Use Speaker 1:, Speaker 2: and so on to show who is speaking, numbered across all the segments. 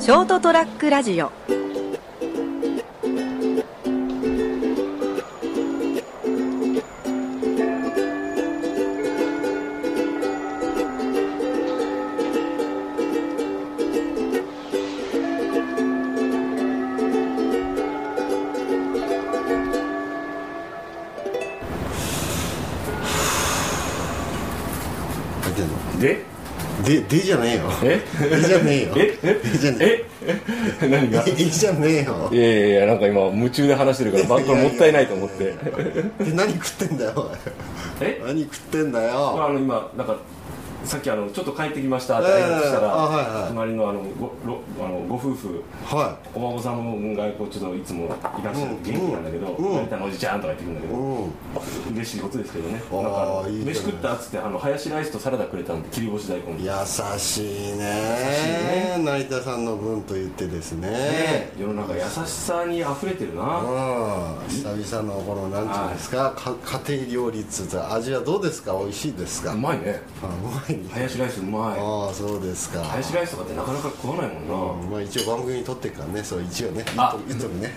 Speaker 1: ショートトラックラジオ
Speaker 2: 入ってんの
Speaker 3: で
Speaker 2: で、でじゃねえよ
Speaker 3: え
Speaker 2: でじゃねえよ
Speaker 3: ええ
Speaker 2: でじゃねえ
Speaker 3: え 何が
Speaker 2: ででじゃねえよ
Speaker 3: いやいやいやなんか今夢中で話してるからばこれもったいないと思って
Speaker 2: で、何食ってんだよおい
Speaker 3: え
Speaker 2: 何食ってんだ
Speaker 3: まあ
Speaker 2: よ
Speaker 3: あの今なんかさっきあのちょっと帰ってきましたって挨拶し
Speaker 2: え
Speaker 3: た
Speaker 2: え
Speaker 3: ら、
Speaker 2: あはいはい
Speaker 3: 隣のあのごろあのご夫婦
Speaker 2: は
Speaker 3: お孫さんがこうちょっといつもいらっしゃる元気なんだけど「
Speaker 2: うんうん
Speaker 3: 成田のおじちゃん」とか言ってくるんだけ
Speaker 2: い
Speaker 3: ど、
Speaker 2: うん
Speaker 3: 嬉しいことですけどね
Speaker 2: あ
Speaker 3: な
Speaker 2: ー
Speaker 3: んかあの
Speaker 2: いいじゃない
Speaker 3: 飯食ったっつってあのハヤシライスとサラダくれたんで切り干し大根
Speaker 2: 優しい
Speaker 3: 優
Speaker 2: ね成田さんの分と言ってですね
Speaker 3: ね世の中優しさに溢れてる
Speaker 2: う
Speaker 3: なん
Speaker 2: 久々のこのなんていうんですかか家庭料理っつうと味はどうですか美味しいですか
Speaker 3: う
Speaker 2: あ
Speaker 3: まいね
Speaker 2: うまい
Speaker 3: ハヤシライスうまい
Speaker 2: ああそうですか
Speaker 3: ハヤシライスとかってなかなか食わないもんな、
Speaker 2: まあ一応番組に撮ってるからねそう一応ね
Speaker 3: あ
Speaker 2: 言っとくね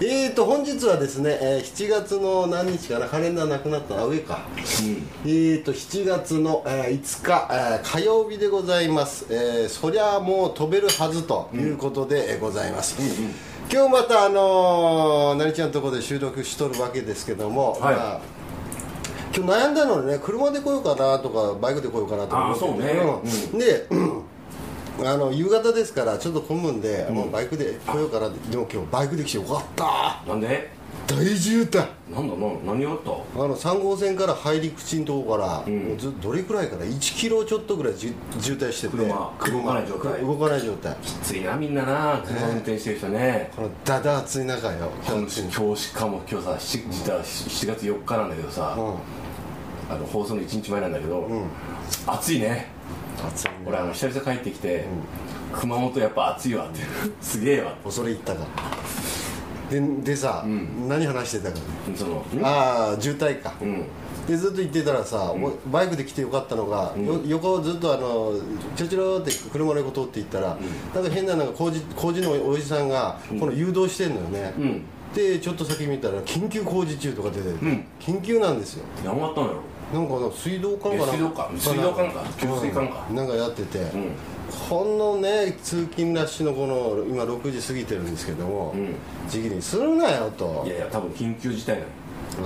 Speaker 2: えーと本日はですね、えー7月の何日かなカレンダーなくなったあ上かえーと7月の、えー5日、えー火曜日でございます、えーそりゃもう飛べるはずということでえーございます、今日またあのー、なりちゃんのところで収録しとるわけですけども、
Speaker 3: はい
Speaker 2: まあ今日悩んだのね車で来ようかなとかバイクで来ようかなとか思ってて
Speaker 3: あー
Speaker 2: うんで、あの夕方ですからちょっと混むんで、もうバイクで来ようかなってでも今日バイクで来てよかった
Speaker 3: なんで
Speaker 2: 大渋滞
Speaker 3: なんだな何があった
Speaker 2: あの3号線から入り口のとこから、もうずどれくらいから1キロちょっとぐらいじゅ渋滞してて
Speaker 3: 車動かない状態
Speaker 2: 動かない状態
Speaker 3: きついなみんなな車運転してる人ね
Speaker 2: このだだ暑い中よ
Speaker 3: 今日今日しかも今日さし実は7月4日なんだけどさ、あの放送の1日前なんだけど、暑いね
Speaker 2: 暑いね
Speaker 3: 俺あの久々帰ってきて、熊本やっぱ暑いわって すげえわ
Speaker 2: 恐れ入ったからででさ、何話してたかね
Speaker 3: その
Speaker 2: ああ渋滞か、
Speaker 3: うん
Speaker 2: でずっと行ってたらさ、おバイクで来てよかったのが、よ横をずっとあのちょちょろって車の横通って行ったら、なんか変ななんか工事工事のおじさんがこの誘導してんのよね、
Speaker 3: ん
Speaker 2: でちょっと先見たら緊急工事中とか出てて、
Speaker 3: ん
Speaker 2: 緊急なんですよ
Speaker 3: 何があったんだろ
Speaker 2: なんか水道管かな
Speaker 3: え水道管水道管か給水管か
Speaker 2: うんなんかやってて、
Speaker 3: ん
Speaker 2: このね通勤ラッシュのこの今6時過ぎてるんですけども、
Speaker 3: ん
Speaker 2: 時期にするなよと
Speaker 3: ういやいや多分緊急事態なの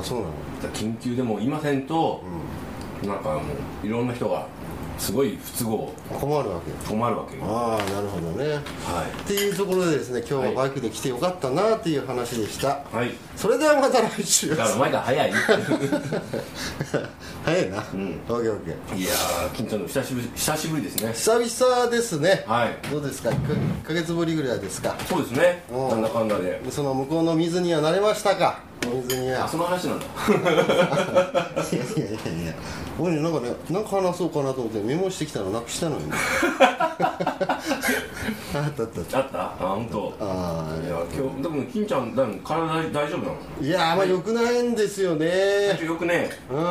Speaker 2: あそうなの
Speaker 3: だから緊急でもいませんと、なんかもういろんな人がすごい不都合
Speaker 2: 困るわけよ
Speaker 3: 困るわけよは
Speaker 2: ああなるほどね
Speaker 3: い
Speaker 2: っていうところでですね今日はバイクで来てよかったなっていう話でした、
Speaker 3: はい
Speaker 2: それではまた来週
Speaker 3: だからお
Speaker 2: 早
Speaker 3: 前が 早いいや
Speaker 2: いな、うん、オッケーオッケー
Speaker 3: ー金ちゃんの久しぶり久しぶりですね
Speaker 2: 久々ですね、
Speaker 3: はい
Speaker 2: どうですか 1, ヶ月ぶりぐらいですか
Speaker 3: そうですね
Speaker 2: うん
Speaker 3: なんだかんだで
Speaker 2: でその向こうの水には慣れましたかお水に
Speaker 3: あ
Speaker 2: は
Speaker 3: その話なんだ
Speaker 2: いやいやいやいや俺ねなんかねなんか話そうかなと思ってメモしてきたのなく したのよ、ね、あったあったあった
Speaker 3: あったあ本当
Speaker 2: あー
Speaker 3: いや今日でも金ちゃんだ体大丈夫なの
Speaker 2: いやあんま良くないんですよ
Speaker 3: 体
Speaker 2: ね
Speaker 3: 調よくねあ
Speaker 2: ん
Speaker 3: ら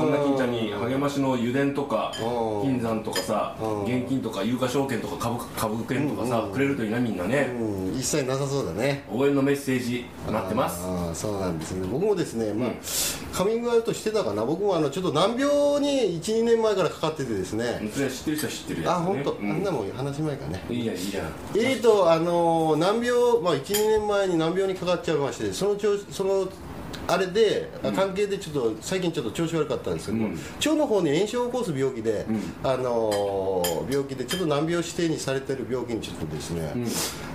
Speaker 3: そんな金ちゃんに励ましの油田とか
Speaker 2: うん
Speaker 3: 金山とかさ
Speaker 2: うん
Speaker 3: 現金とか有価証券とか株株券とかさくれるといいなみんなね
Speaker 2: うん一切なさそうだね
Speaker 3: 応援のメッセージ待ってます
Speaker 2: あーそうなんですね僕もですね、まあ
Speaker 3: うん
Speaker 2: カミングアウトしてたかな僕もあのちょっと難病に12年前からかかっててですね、
Speaker 3: それは知ってる人は知ってるやつ、ね、
Speaker 2: あ本当、
Speaker 3: うん
Speaker 2: あんなもん話し前かね
Speaker 3: いいやいいや
Speaker 2: えーとあのー難病、まあ、12年前に難病にかかっちゃいましてその調子そのあれで、あ関係でちょっと最近ちょっと調子悪かったんですけども、
Speaker 3: うん
Speaker 2: 腸の方に炎症を起こす病気で、あのー病気でちょっと難病指定にされてる病気にちょっとですね、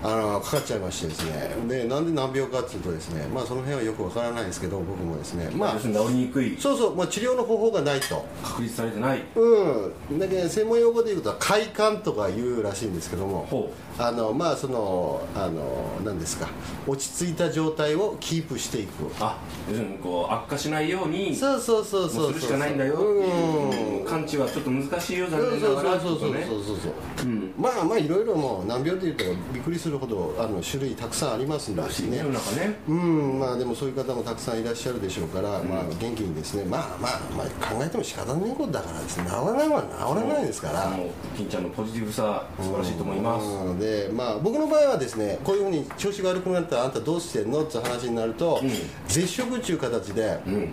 Speaker 2: あのーかかっちゃいましてですねでなんで難病かっていうとですねまあその辺はよくわからないですけど僕もですねま
Speaker 3: まあ
Speaker 2: あ
Speaker 3: 要するに治りにくい
Speaker 2: そうそう、まあ、治療の方法がないと。
Speaker 3: 確立されてない
Speaker 2: うん、だけど専門用語で言うと快感とか言うらしいんですけども
Speaker 3: ほ
Speaker 2: あのまあそのあの何ですか落ち着いた状態をキープしていく
Speaker 3: あ要するにこう悪化しないようにも
Speaker 2: そうそうそう
Speaker 3: う
Speaker 2: そう
Speaker 3: するしかないんだよっていう感知はちょっと難しいよ
Speaker 2: そ
Speaker 3: 残
Speaker 2: う
Speaker 3: 念
Speaker 2: そう
Speaker 3: なが
Speaker 2: そ
Speaker 3: ら
Speaker 2: うそうそう
Speaker 3: と
Speaker 2: そうそうそう
Speaker 3: うん
Speaker 2: まあまあいろいろもう難病でいうとびっくりするほどあの種類たくさんありますんで
Speaker 3: らしいね
Speaker 2: ね
Speaker 3: 世の中ね
Speaker 2: うんまあでもそういう方もたくさんいらっしゃるでしょうから、まあ元気にですねまあまあまあ考えても仕方ないことだからですね治らないは治らないですから、
Speaker 3: もう金ちゃんのポジティブさ素晴らしいと思います
Speaker 2: なので、まあ、僕の場合はですねこういうふうに調子が悪くなったらあんたどうしてんのって話になると、
Speaker 3: うん
Speaker 2: 絶食っていう形で、
Speaker 3: うん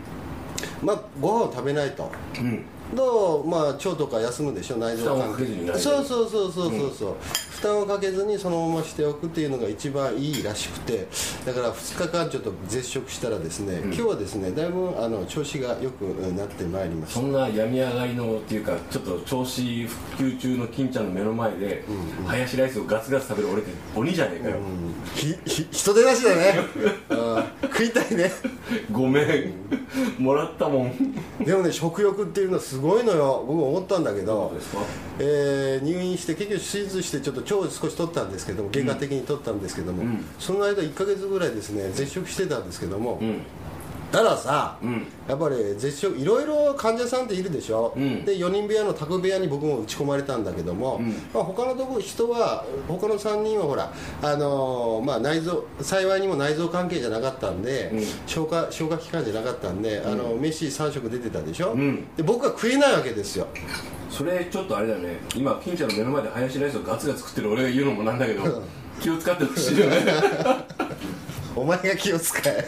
Speaker 2: まあ、ご飯を食べないと。
Speaker 3: うん
Speaker 2: どうまあ、腸とか休むでしょ内臓
Speaker 3: 負担をかけずに
Speaker 2: 関係
Speaker 3: 大丈
Speaker 2: そ
Speaker 3: 夫
Speaker 2: うそうそうそうそうそう、負担をかけずにそのまましておくっていうのが一番いいらしくてだから2日間ちょっと絶食したらですね、今日はですねだいぶあの調子が良くなってまいりました
Speaker 3: そんな病み上がりのっていうかちょっと調子復旧中の金ちゃんの目の前で、ハヤシライスをガツガツ食べる俺って鬼じゃねえかよ、
Speaker 2: ひひ人手なしだね、うん、食いたいね
Speaker 3: ごめん もらったもん
Speaker 2: でもね食欲っていうのはすごいのよ僕思ったんだけど
Speaker 3: そうですか
Speaker 2: えー入院して結局手術してちょっと腸を少し取ったんですけども外科的に取ったんですけども、その間1ヶ月ぐらいですね絶食してたんですけども、
Speaker 3: うん
Speaker 2: たださ、
Speaker 3: うん
Speaker 2: やっぱり絶食いろいろ患者さんっているでしょ、
Speaker 3: うん
Speaker 2: で4人部屋の宅部屋に僕も打ち込まれたんだけども、
Speaker 3: ん
Speaker 2: まあ、他のとこ人は他の3人はほら、あのーまあ、内臓幸いにも内臓関係じゃなかったんで、
Speaker 3: うん
Speaker 2: 消化消化器官じゃなかったんで、あの飯3食出てたでしょ、
Speaker 3: うん
Speaker 2: で僕は食えないわけですよ
Speaker 3: それちょっとあれだね今金ちゃんの目の前でハヤシライスをガツガツ食ってる俺が言うのもなんだけど気を使ってほしいよね
Speaker 2: お前が気を使え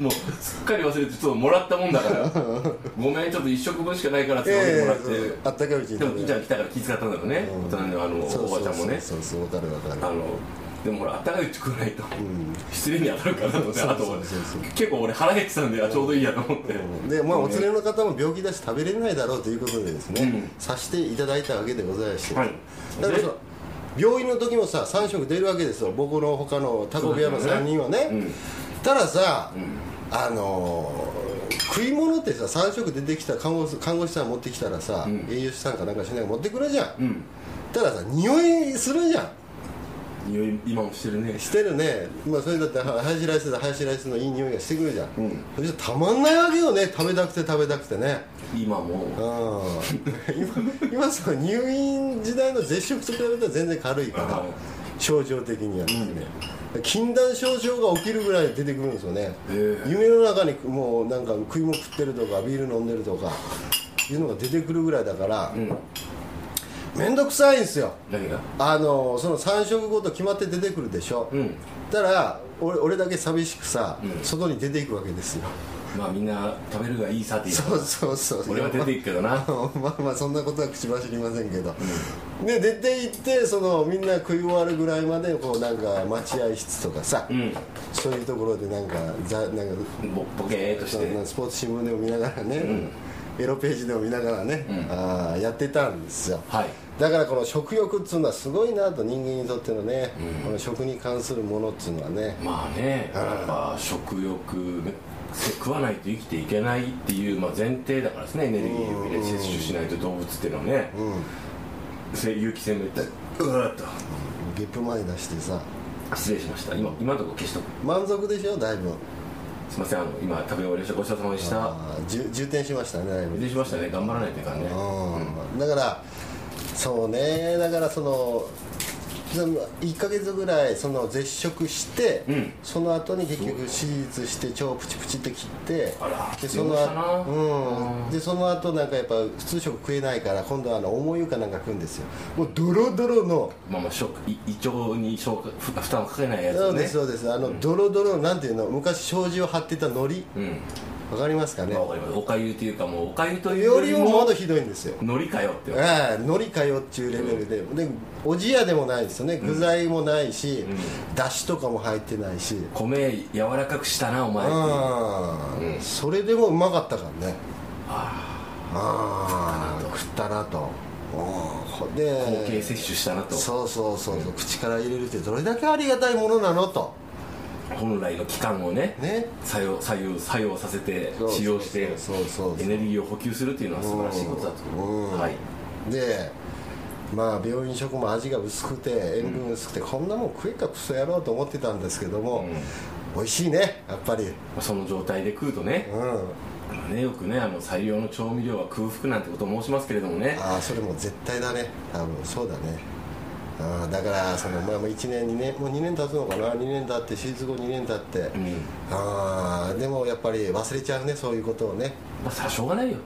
Speaker 3: もうすっかり忘れてちょっともらったもんだからごめんちょっと一食分しかないからつまみもらって、
Speaker 2: ええそうあったかいうちに
Speaker 3: でも金ちゃん来たから気遣ったんだろうね、大人のあの
Speaker 2: そう
Speaker 3: おばちゃんもね
Speaker 2: そうそうそうわかるわかる
Speaker 3: あのでもほらあったかいうち食わないと、失礼に当たるからと思って
Speaker 2: そうそ
Speaker 3: あ
Speaker 2: う
Speaker 3: と
Speaker 2: そうそう
Speaker 3: 結構俺腹減ってたんであちょうどいいやと思って、
Speaker 2: でまあ、お連れの方も病気だし食べれないだろうということでですね、さしていただいたわけでございまして、
Speaker 3: はい
Speaker 2: だからさ病院の時もさ3食出るわけですよ僕の他のタコ部屋の3人はねたださ、あのー食い物ってさ3食出てきた看護師看護師さん持ってきたらさ、栄養士さんかなんかしない持ってくるじゃん、
Speaker 3: うん
Speaker 2: たださ匂いするじゃん
Speaker 3: 匂い今もしてるね
Speaker 2: してるね、まあ、それだってはハヤシライスだハヤシライスのいい匂いがしてくるじゃん、
Speaker 3: ん
Speaker 2: それじゃたまんないわけよね食べたくて食べたくてね
Speaker 3: 今も
Speaker 2: うん今 今その入院時代の絶食と比べたら全然軽いから
Speaker 3: うん
Speaker 2: 症状的にはです
Speaker 3: うん
Speaker 2: ね、禁断症状が起きるぐらい出てくるんですよね、
Speaker 3: ええ
Speaker 2: 夢の中にもうなんか食い物食ってるとかビール飲んでるとかいうのが出てくるぐらいだから
Speaker 3: うん
Speaker 2: 面倒、くさいんですよ
Speaker 3: 何が
Speaker 2: あのその3食ごと決まって出てくるでしょ、
Speaker 3: うん
Speaker 2: たら俺俺だけ寂しくさ、外に出ていくわけですよ
Speaker 3: まあみんな食べるがいいさって言う
Speaker 2: そうそうそう
Speaker 3: 俺は出ていくけどな
Speaker 2: まあまあそんなことは口走りませんけど、で出て行ってそのみんな食い終わるぐらいまでこうなんか待合室とかさ、
Speaker 3: うん
Speaker 2: そういうところでなんかざなんか
Speaker 3: ボボケーっとし
Speaker 2: そ
Speaker 3: て
Speaker 2: んなスポーツ新聞でも見ながらね、エロページでも見ながらね、あーやってたんですよ、
Speaker 3: はい
Speaker 2: だからこの食欲っつうのはすごいなと人間にとってのね、この食に関するものっつうのはね
Speaker 3: まあねやっぱ食欲ね食わないと生きていけないっていう、まあ、前提だからですねエネルギーをね摂取しないと動物っていうのはね、せ有機鮮明ってうわーっと
Speaker 2: ゲップ前出してさ
Speaker 3: 失礼しました今今のところ消しとく
Speaker 2: 満足でしょだいぶ
Speaker 3: すいませんあの今食べ終わりましたごちそうさまでした
Speaker 2: あーじゅ充填しましたねだいぶ
Speaker 3: 失礼しましたね頑張らないといかんね
Speaker 2: うんだからそうねだからそのその1ヶ月ぐらいその絶食して、
Speaker 3: うん
Speaker 2: その後に結局手術して腸をプチプチって切って
Speaker 3: あら
Speaker 2: でその
Speaker 3: 必要だな
Speaker 2: 後、うん、でその後なんかやっぱ普通食食えないから今度はあの重い床なんか食うんですよもうドロドロの
Speaker 3: まあまあ食胃胃腸に消化負負担をかけないやつ
Speaker 2: そう
Speaker 3: ね
Speaker 2: ですそうですあのドロドロのなんていうの昔障子を張ってたのり
Speaker 3: うん
Speaker 2: わかりますかね
Speaker 3: まあわかりますおかゆっていうかもうおかゆという
Speaker 2: よ
Speaker 3: よ
Speaker 2: り
Speaker 3: り
Speaker 2: もも
Speaker 3: も
Speaker 2: っとひどいんですよ
Speaker 3: 海苔かよって
Speaker 2: ああ海苔かよっちゅうレベルで,、でおじやでもないですよね具材もないし、だしとかも入ってないし、
Speaker 3: 米柔らかくしたなお前っていう
Speaker 2: ああそれでもうまかったからねああ食ったなとうん
Speaker 3: 後継
Speaker 2: で
Speaker 3: 摂取したなと
Speaker 2: そうそうそうそう口から入れるってどれだけありがたいものなのと
Speaker 3: 本来の期間をね
Speaker 2: ね
Speaker 3: 作用作用作用させて
Speaker 2: そう
Speaker 3: 使用して
Speaker 2: そうそうそう
Speaker 3: エネルギーを補給するっていうのは素晴らしいことだと
Speaker 2: うん
Speaker 3: はい
Speaker 2: でまあ病院食も味が薄くて塩分薄くて、こんなもん食えかクソ野郎と思ってたんですけども、美味しいねやっぱり
Speaker 3: その状態で食うとね,、
Speaker 2: うん
Speaker 3: ねよくねあの最良の調味料は空腹なんてことを申しますけれどもね
Speaker 2: ああそれもう絶対だね多分そうだねああだからそのまあもう1年2年もう2年経つのかな2年経って手術後2年経って、
Speaker 3: うん
Speaker 2: ああでもやっぱり忘れちゃうねそういうことをね
Speaker 3: まあさしょうがないよ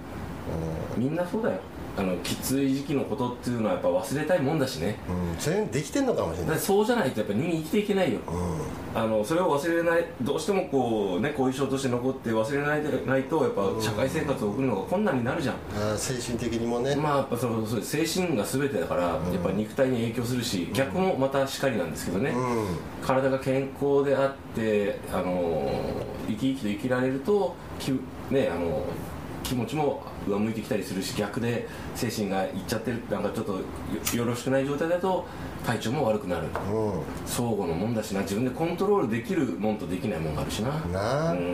Speaker 3: みんなそうだよあのきつい時期のことっていうのはやっぱ忘れたいもんだしね
Speaker 2: うん、うん、それできてんのかもしれ
Speaker 3: だか
Speaker 2: ない
Speaker 3: らそうじゃないとやっぱ人間生きていけないよ
Speaker 2: うん
Speaker 3: あのそれを忘れないどうしてもこうね後遺症として残って忘れないでないとやっぱ社会生活を送るのが困難になるじゃん
Speaker 2: ああ精神的にもね、
Speaker 3: まあやっぱそのそう精神が全てだからやっぱ肉体に影響するし逆もまたしかりなんですけどね
Speaker 2: うん
Speaker 3: 体が健康であってあの生き生きと生きられるときねあの気持ちも上向いてきたりするし逆で精神がいっちゃってるなんかちょっとよよろしくない状態だと体調も悪くなる
Speaker 2: う
Speaker 3: 相互のもんだしな自分でコントロールできるもんとできないもんがあるしなん
Speaker 2: なあ、だ
Speaker 3: うん
Speaker 2: か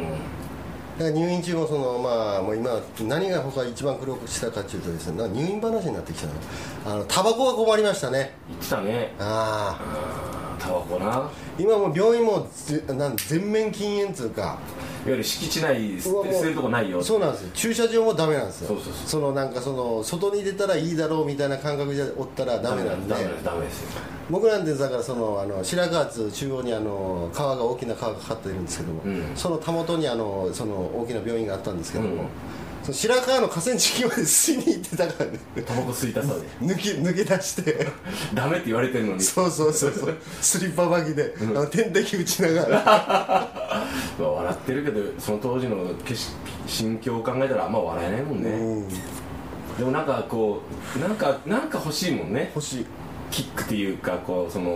Speaker 2: ら入院中もそのまあもう今何が僕は一番苦労したかっていうとですねなんか入院話になってきたなあのタバコが困りましたね
Speaker 3: 言ってたね
Speaker 2: ああ
Speaker 3: タバコな
Speaker 2: 今もう病院もぜなん全面禁煙つうか
Speaker 3: いわゆる敷地内
Speaker 2: うわ
Speaker 3: 捨
Speaker 2: も
Speaker 3: て
Speaker 2: う
Speaker 3: 捨てるとこないよ
Speaker 2: そうなんですよ駐車場もダメなんですよ
Speaker 3: そうそうそう
Speaker 2: のなんかその外に出たらいいだろうみたいな感覚でおったらダメなんで
Speaker 3: ダメダメですよ
Speaker 2: 僕なんてだからそのあの白川津中央にあの川が大きな川がかかっているんですけども、
Speaker 3: うん
Speaker 2: そのたもとにあのその大きな病院があったんですけども、
Speaker 3: うん
Speaker 2: その白川の河川敷まで吸いに行ってたからね
Speaker 3: タバコ吸いたさで
Speaker 2: 抜き抜け出して
Speaker 3: ダメって言われてるのに
Speaker 2: そうそうそうそうスリッパ巻きで、あの点滴打ちながら
Speaker 3: まあ笑ってるけどその当時の景色心境を考えたらあんま笑えないもん ね、
Speaker 2: うん
Speaker 3: でもなんかこうなんかなんか欲しいもんね
Speaker 2: 欲しい
Speaker 3: キックっていうかこうその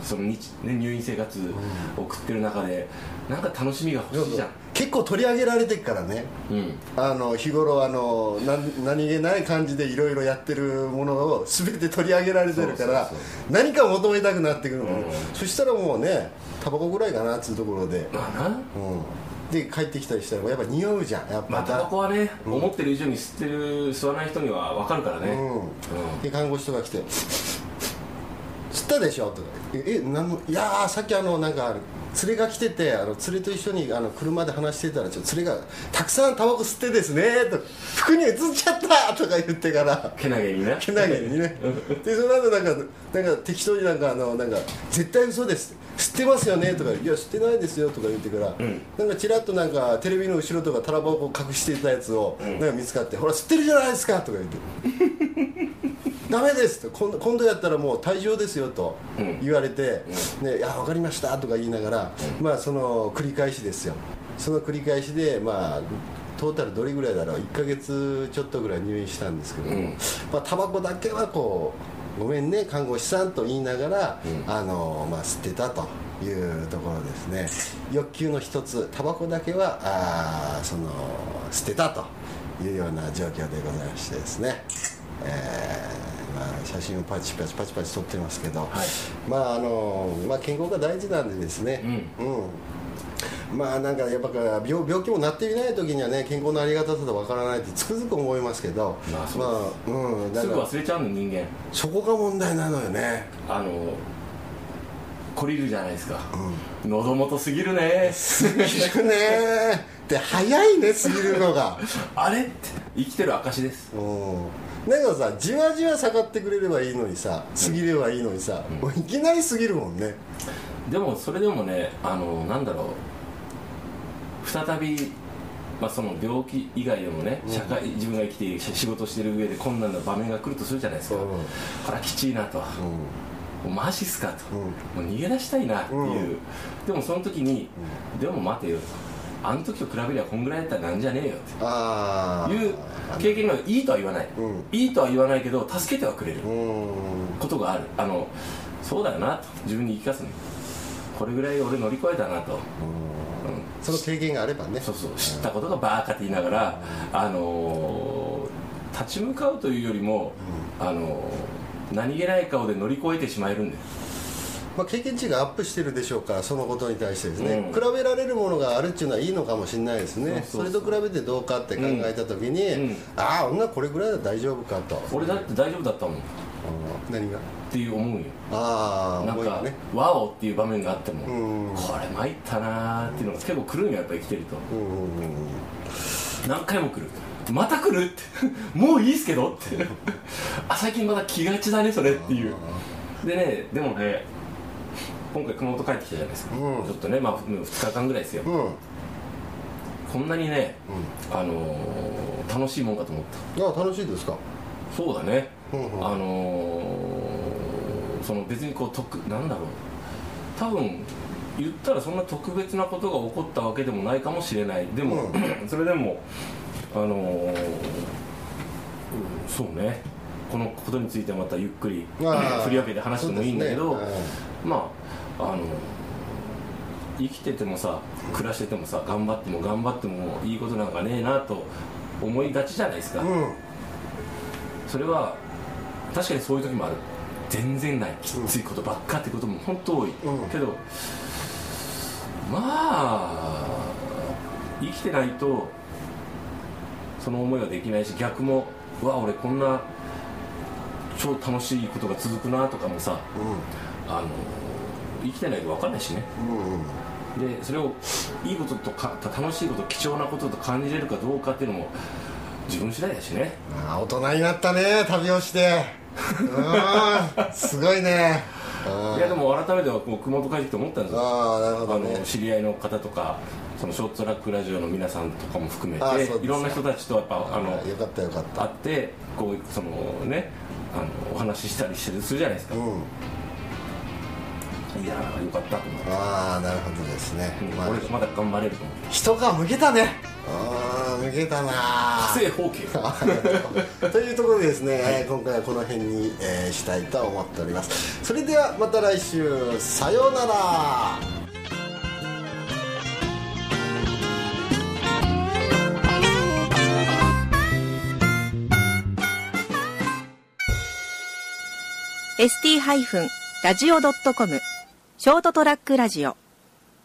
Speaker 3: その日、ね、入院生活送ってる中で、なんか楽しみが
Speaker 2: そう
Speaker 3: 欲しい
Speaker 2: そ
Speaker 3: じ
Speaker 2: う
Speaker 3: ゃん
Speaker 2: 結構取り上げられてっからね
Speaker 3: うん
Speaker 2: あの日頃あのなん何気ない感じでいろいろやってるものを全て取り上げられてるから
Speaker 3: そうそう
Speaker 2: 何か求めたくなってくるの、
Speaker 3: うん
Speaker 2: そしたらもうねタバコぐらいかなっつうところで、
Speaker 3: まあな
Speaker 2: うん、で帰ってきたりしたらやっぱ匂うじゃんやっ
Speaker 3: まあ
Speaker 2: ぱ
Speaker 3: タバコはね、思ってる以上に吸ってる吸わない人には分かるから
Speaker 2: う
Speaker 3: ね、うん
Speaker 2: んで看護師とか来て「吸ったでしょ?」とか「ええなんのいやーさっきあのなんかあの連れが来ててあの連れと一緒にあの車で話してたらちょっと連れが「たくさんタバコ吸ってですね」とか「服に移っちゃった!」とか言ってから。
Speaker 3: けなげにね
Speaker 2: けなげにねでその後なんかなんか適当になんかあのなんか「絶対嘘です」吸ってますよね」とか「いや吸ってないですよ」とか言ってから、なんかちらっとなんかテレビの後ろとかタラバコ隠していたやつをなんか見つかって「ほら吸ってるじゃないですか」とか言って 「ダメです」と今度今度やったらもう退場ですよと
Speaker 3: うん
Speaker 2: 言われて「ね、いや分かりました」とか言いながら、まあその繰り返しですよその繰り返しでまあトータルどれぐらいだろう1ヶ月ちょっとぐらい入院したんですけど、
Speaker 3: うん
Speaker 2: まあ、タバコだけはこうごめんね看護師さんと言いながら、あのまあ、吸ってたというところですね欲求の一つタバコだけはあーその捨てたというような状況でございましてですね、えーまあ、写真をパチパチパチパチ撮ってますけど、まああのまあ、健康が大事なんでですね、うん、まあなんかやっぱ病病気もなっていない時にはね健康のありがたさとわからないってつくづく思いますけど
Speaker 3: まあそう
Speaker 2: まあうんだ
Speaker 3: す
Speaker 2: か
Speaker 3: ぐ
Speaker 2: ら
Speaker 3: 忘れちゃうの人間
Speaker 2: そこが問題なのよね
Speaker 3: あの懲りるじゃないですか、喉元すぎるね
Speaker 2: 聞くねーで早いね過ぎるのが
Speaker 3: あれって生きてる証です
Speaker 2: うんだけどさじわじわ下がってくれればいいのにさ過ぎればいいのにさ、もういきなり過ぎるもんね
Speaker 3: でもそれでもねあのなんだろう再び、まあ、その病気以外でもね社会自分が生きているし仕事してる上で困難な場面が来るとするじゃないですか、
Speaker 2: うん
Speaker 3: これはきちいなと、もうマジっすかと、
Speaker 2: うん
Speaker 3: もう逃げ出したいなっていう、でもその時に、でも待てよとあの時と比べりゃこんぐらいだったらなんじゃねえよって
Speaker 2: ああ
Speaker 3: いう経験がいいとは言わない、
Speaker 2: うん
Speaker 3: いいとは言わないけど助けてはくれる
Speaker 2: うん
Speaker 3: ことがあるあのそうだよなと自分に言い聞かすのこれぐらい俺乗り越えたなと、うん
Speaker 2: その経験があればね
Speaker 3: そうそう知ったことがバーカって言いながら、あのー立ち向かうというよりも、あのー何気ない顔で乗り越えてしまえるんだよ
Speaker 2: まあ、経験値がアップしてるでしょうからそのことに対してですね、
Speaker 3: うん
Speaker 2: 比べられるものがあるっていうのはいいのかもしれないですね
Speaker 3: そ
Speaker 2: そう
Speaker 3: そうそう
Speaker 2: れと比べてどうかって考えた時に、
Speaker 3: うんうん
Speaker 2: ああ女これぐらいは大丈夫かと、
Speaker 3: 俺だって大丈夫だったもん
Speaker 2: 何が
Speaker 3: っていう思うよ
Speaker 2: ああ
Speaker 3: なん
Speaker 2: 思いが
Speaker 3: か
Speaker 2: ね
Speaker 3: 「ワオ!」っていう場面があっても、
Speaker 2: うん
Speaker 3: これ参ったなーっていうのが結構来るんよやっぱ生きてると
Speaker 2: うんうんうん
Speaker 3: 何回も来るまた来るって もういいっすけどって あ最近まだ気がちだねそれっていうでねでもね今回熊本帰ってきたじゃないですか、
Speaker 2: うん
Speaker 3: ちょっとねまあ2日間ぐらいですよ、
Speaker 2: うんうん
Speaker 3: こんなにねあのー楽しいもんかと思った
Speaker 2: あ楽しいですか
Speaker 3: そうだね、
Speaker 2: うんうん
Speaker 3: あのーその別にこう特なんだろう多分言ったらそんな特別なことが起こったわけでもないかもしれないでも、 それでもあのーうんそうねこのことについてはまたゆっくり
Speaker 2: あー
Speaker 3: 振り分けて話してもいいんだけど、
Speaker 2: そうですね
Speaker 3: まああの生きててもさ暮らしててもさ頑張っても頑張ってもいいことなんかねえなと思いがちじゃないですか、
Speaker 2: うんうん
Speaker 3: それは確かにそういう時もある全然ないきついことばっかってことも本当多い、
Speaker 2: うん
Speaker 3: けどまあ生きてないとその思いはできないし逆もうわ俺こんな超楽しいことが続くなとかもさあの生きてないと分かんないしね
Speaker 2: うんうん
Speaker 3: でそれをいいこととか楽しいこと貴重なことと感じれるかどうかっていうのも自分次第だしね
Speaker 2: あー大人になったね旅をしてうーんすごいね
Speaker 3: いやでも改めてはこう熊本帰ってきて思ったんですよ
Speaker 2: ああなるほ
Speaker 3: あ
Speaker 2: ど
Speaker 3: の
Speaker 2: ね
Speaker 3: 知り合いの方とかそのショートトラックラジオの皆さんとかも含め
Speaker 2: あそうですか
Speaker 3: ていろんな人たちとやっぱあの
Speaker 2: あよかったよかった
Speaker 3: 会ってこうそのねあのお話ししたりしてるするじゃないですか
Speaker 2: うん
Speaker 3: いやーよかったと思って、
Speaker 2: ああなるほどですね、
Speaker 3: うん
Speaker 2: まあ、
Speaker 3: 俺まだ頑張れると思って
Speaker 2: 人が向けたねああ向けたな
Speaker 3: 火星方形
Speaker 2: というところでですね、えー今回はこの辺に、えーしたいと思っておりますそれではまた来週さようなら
Speaker 1: ST-radio.com ショートトラックラジオ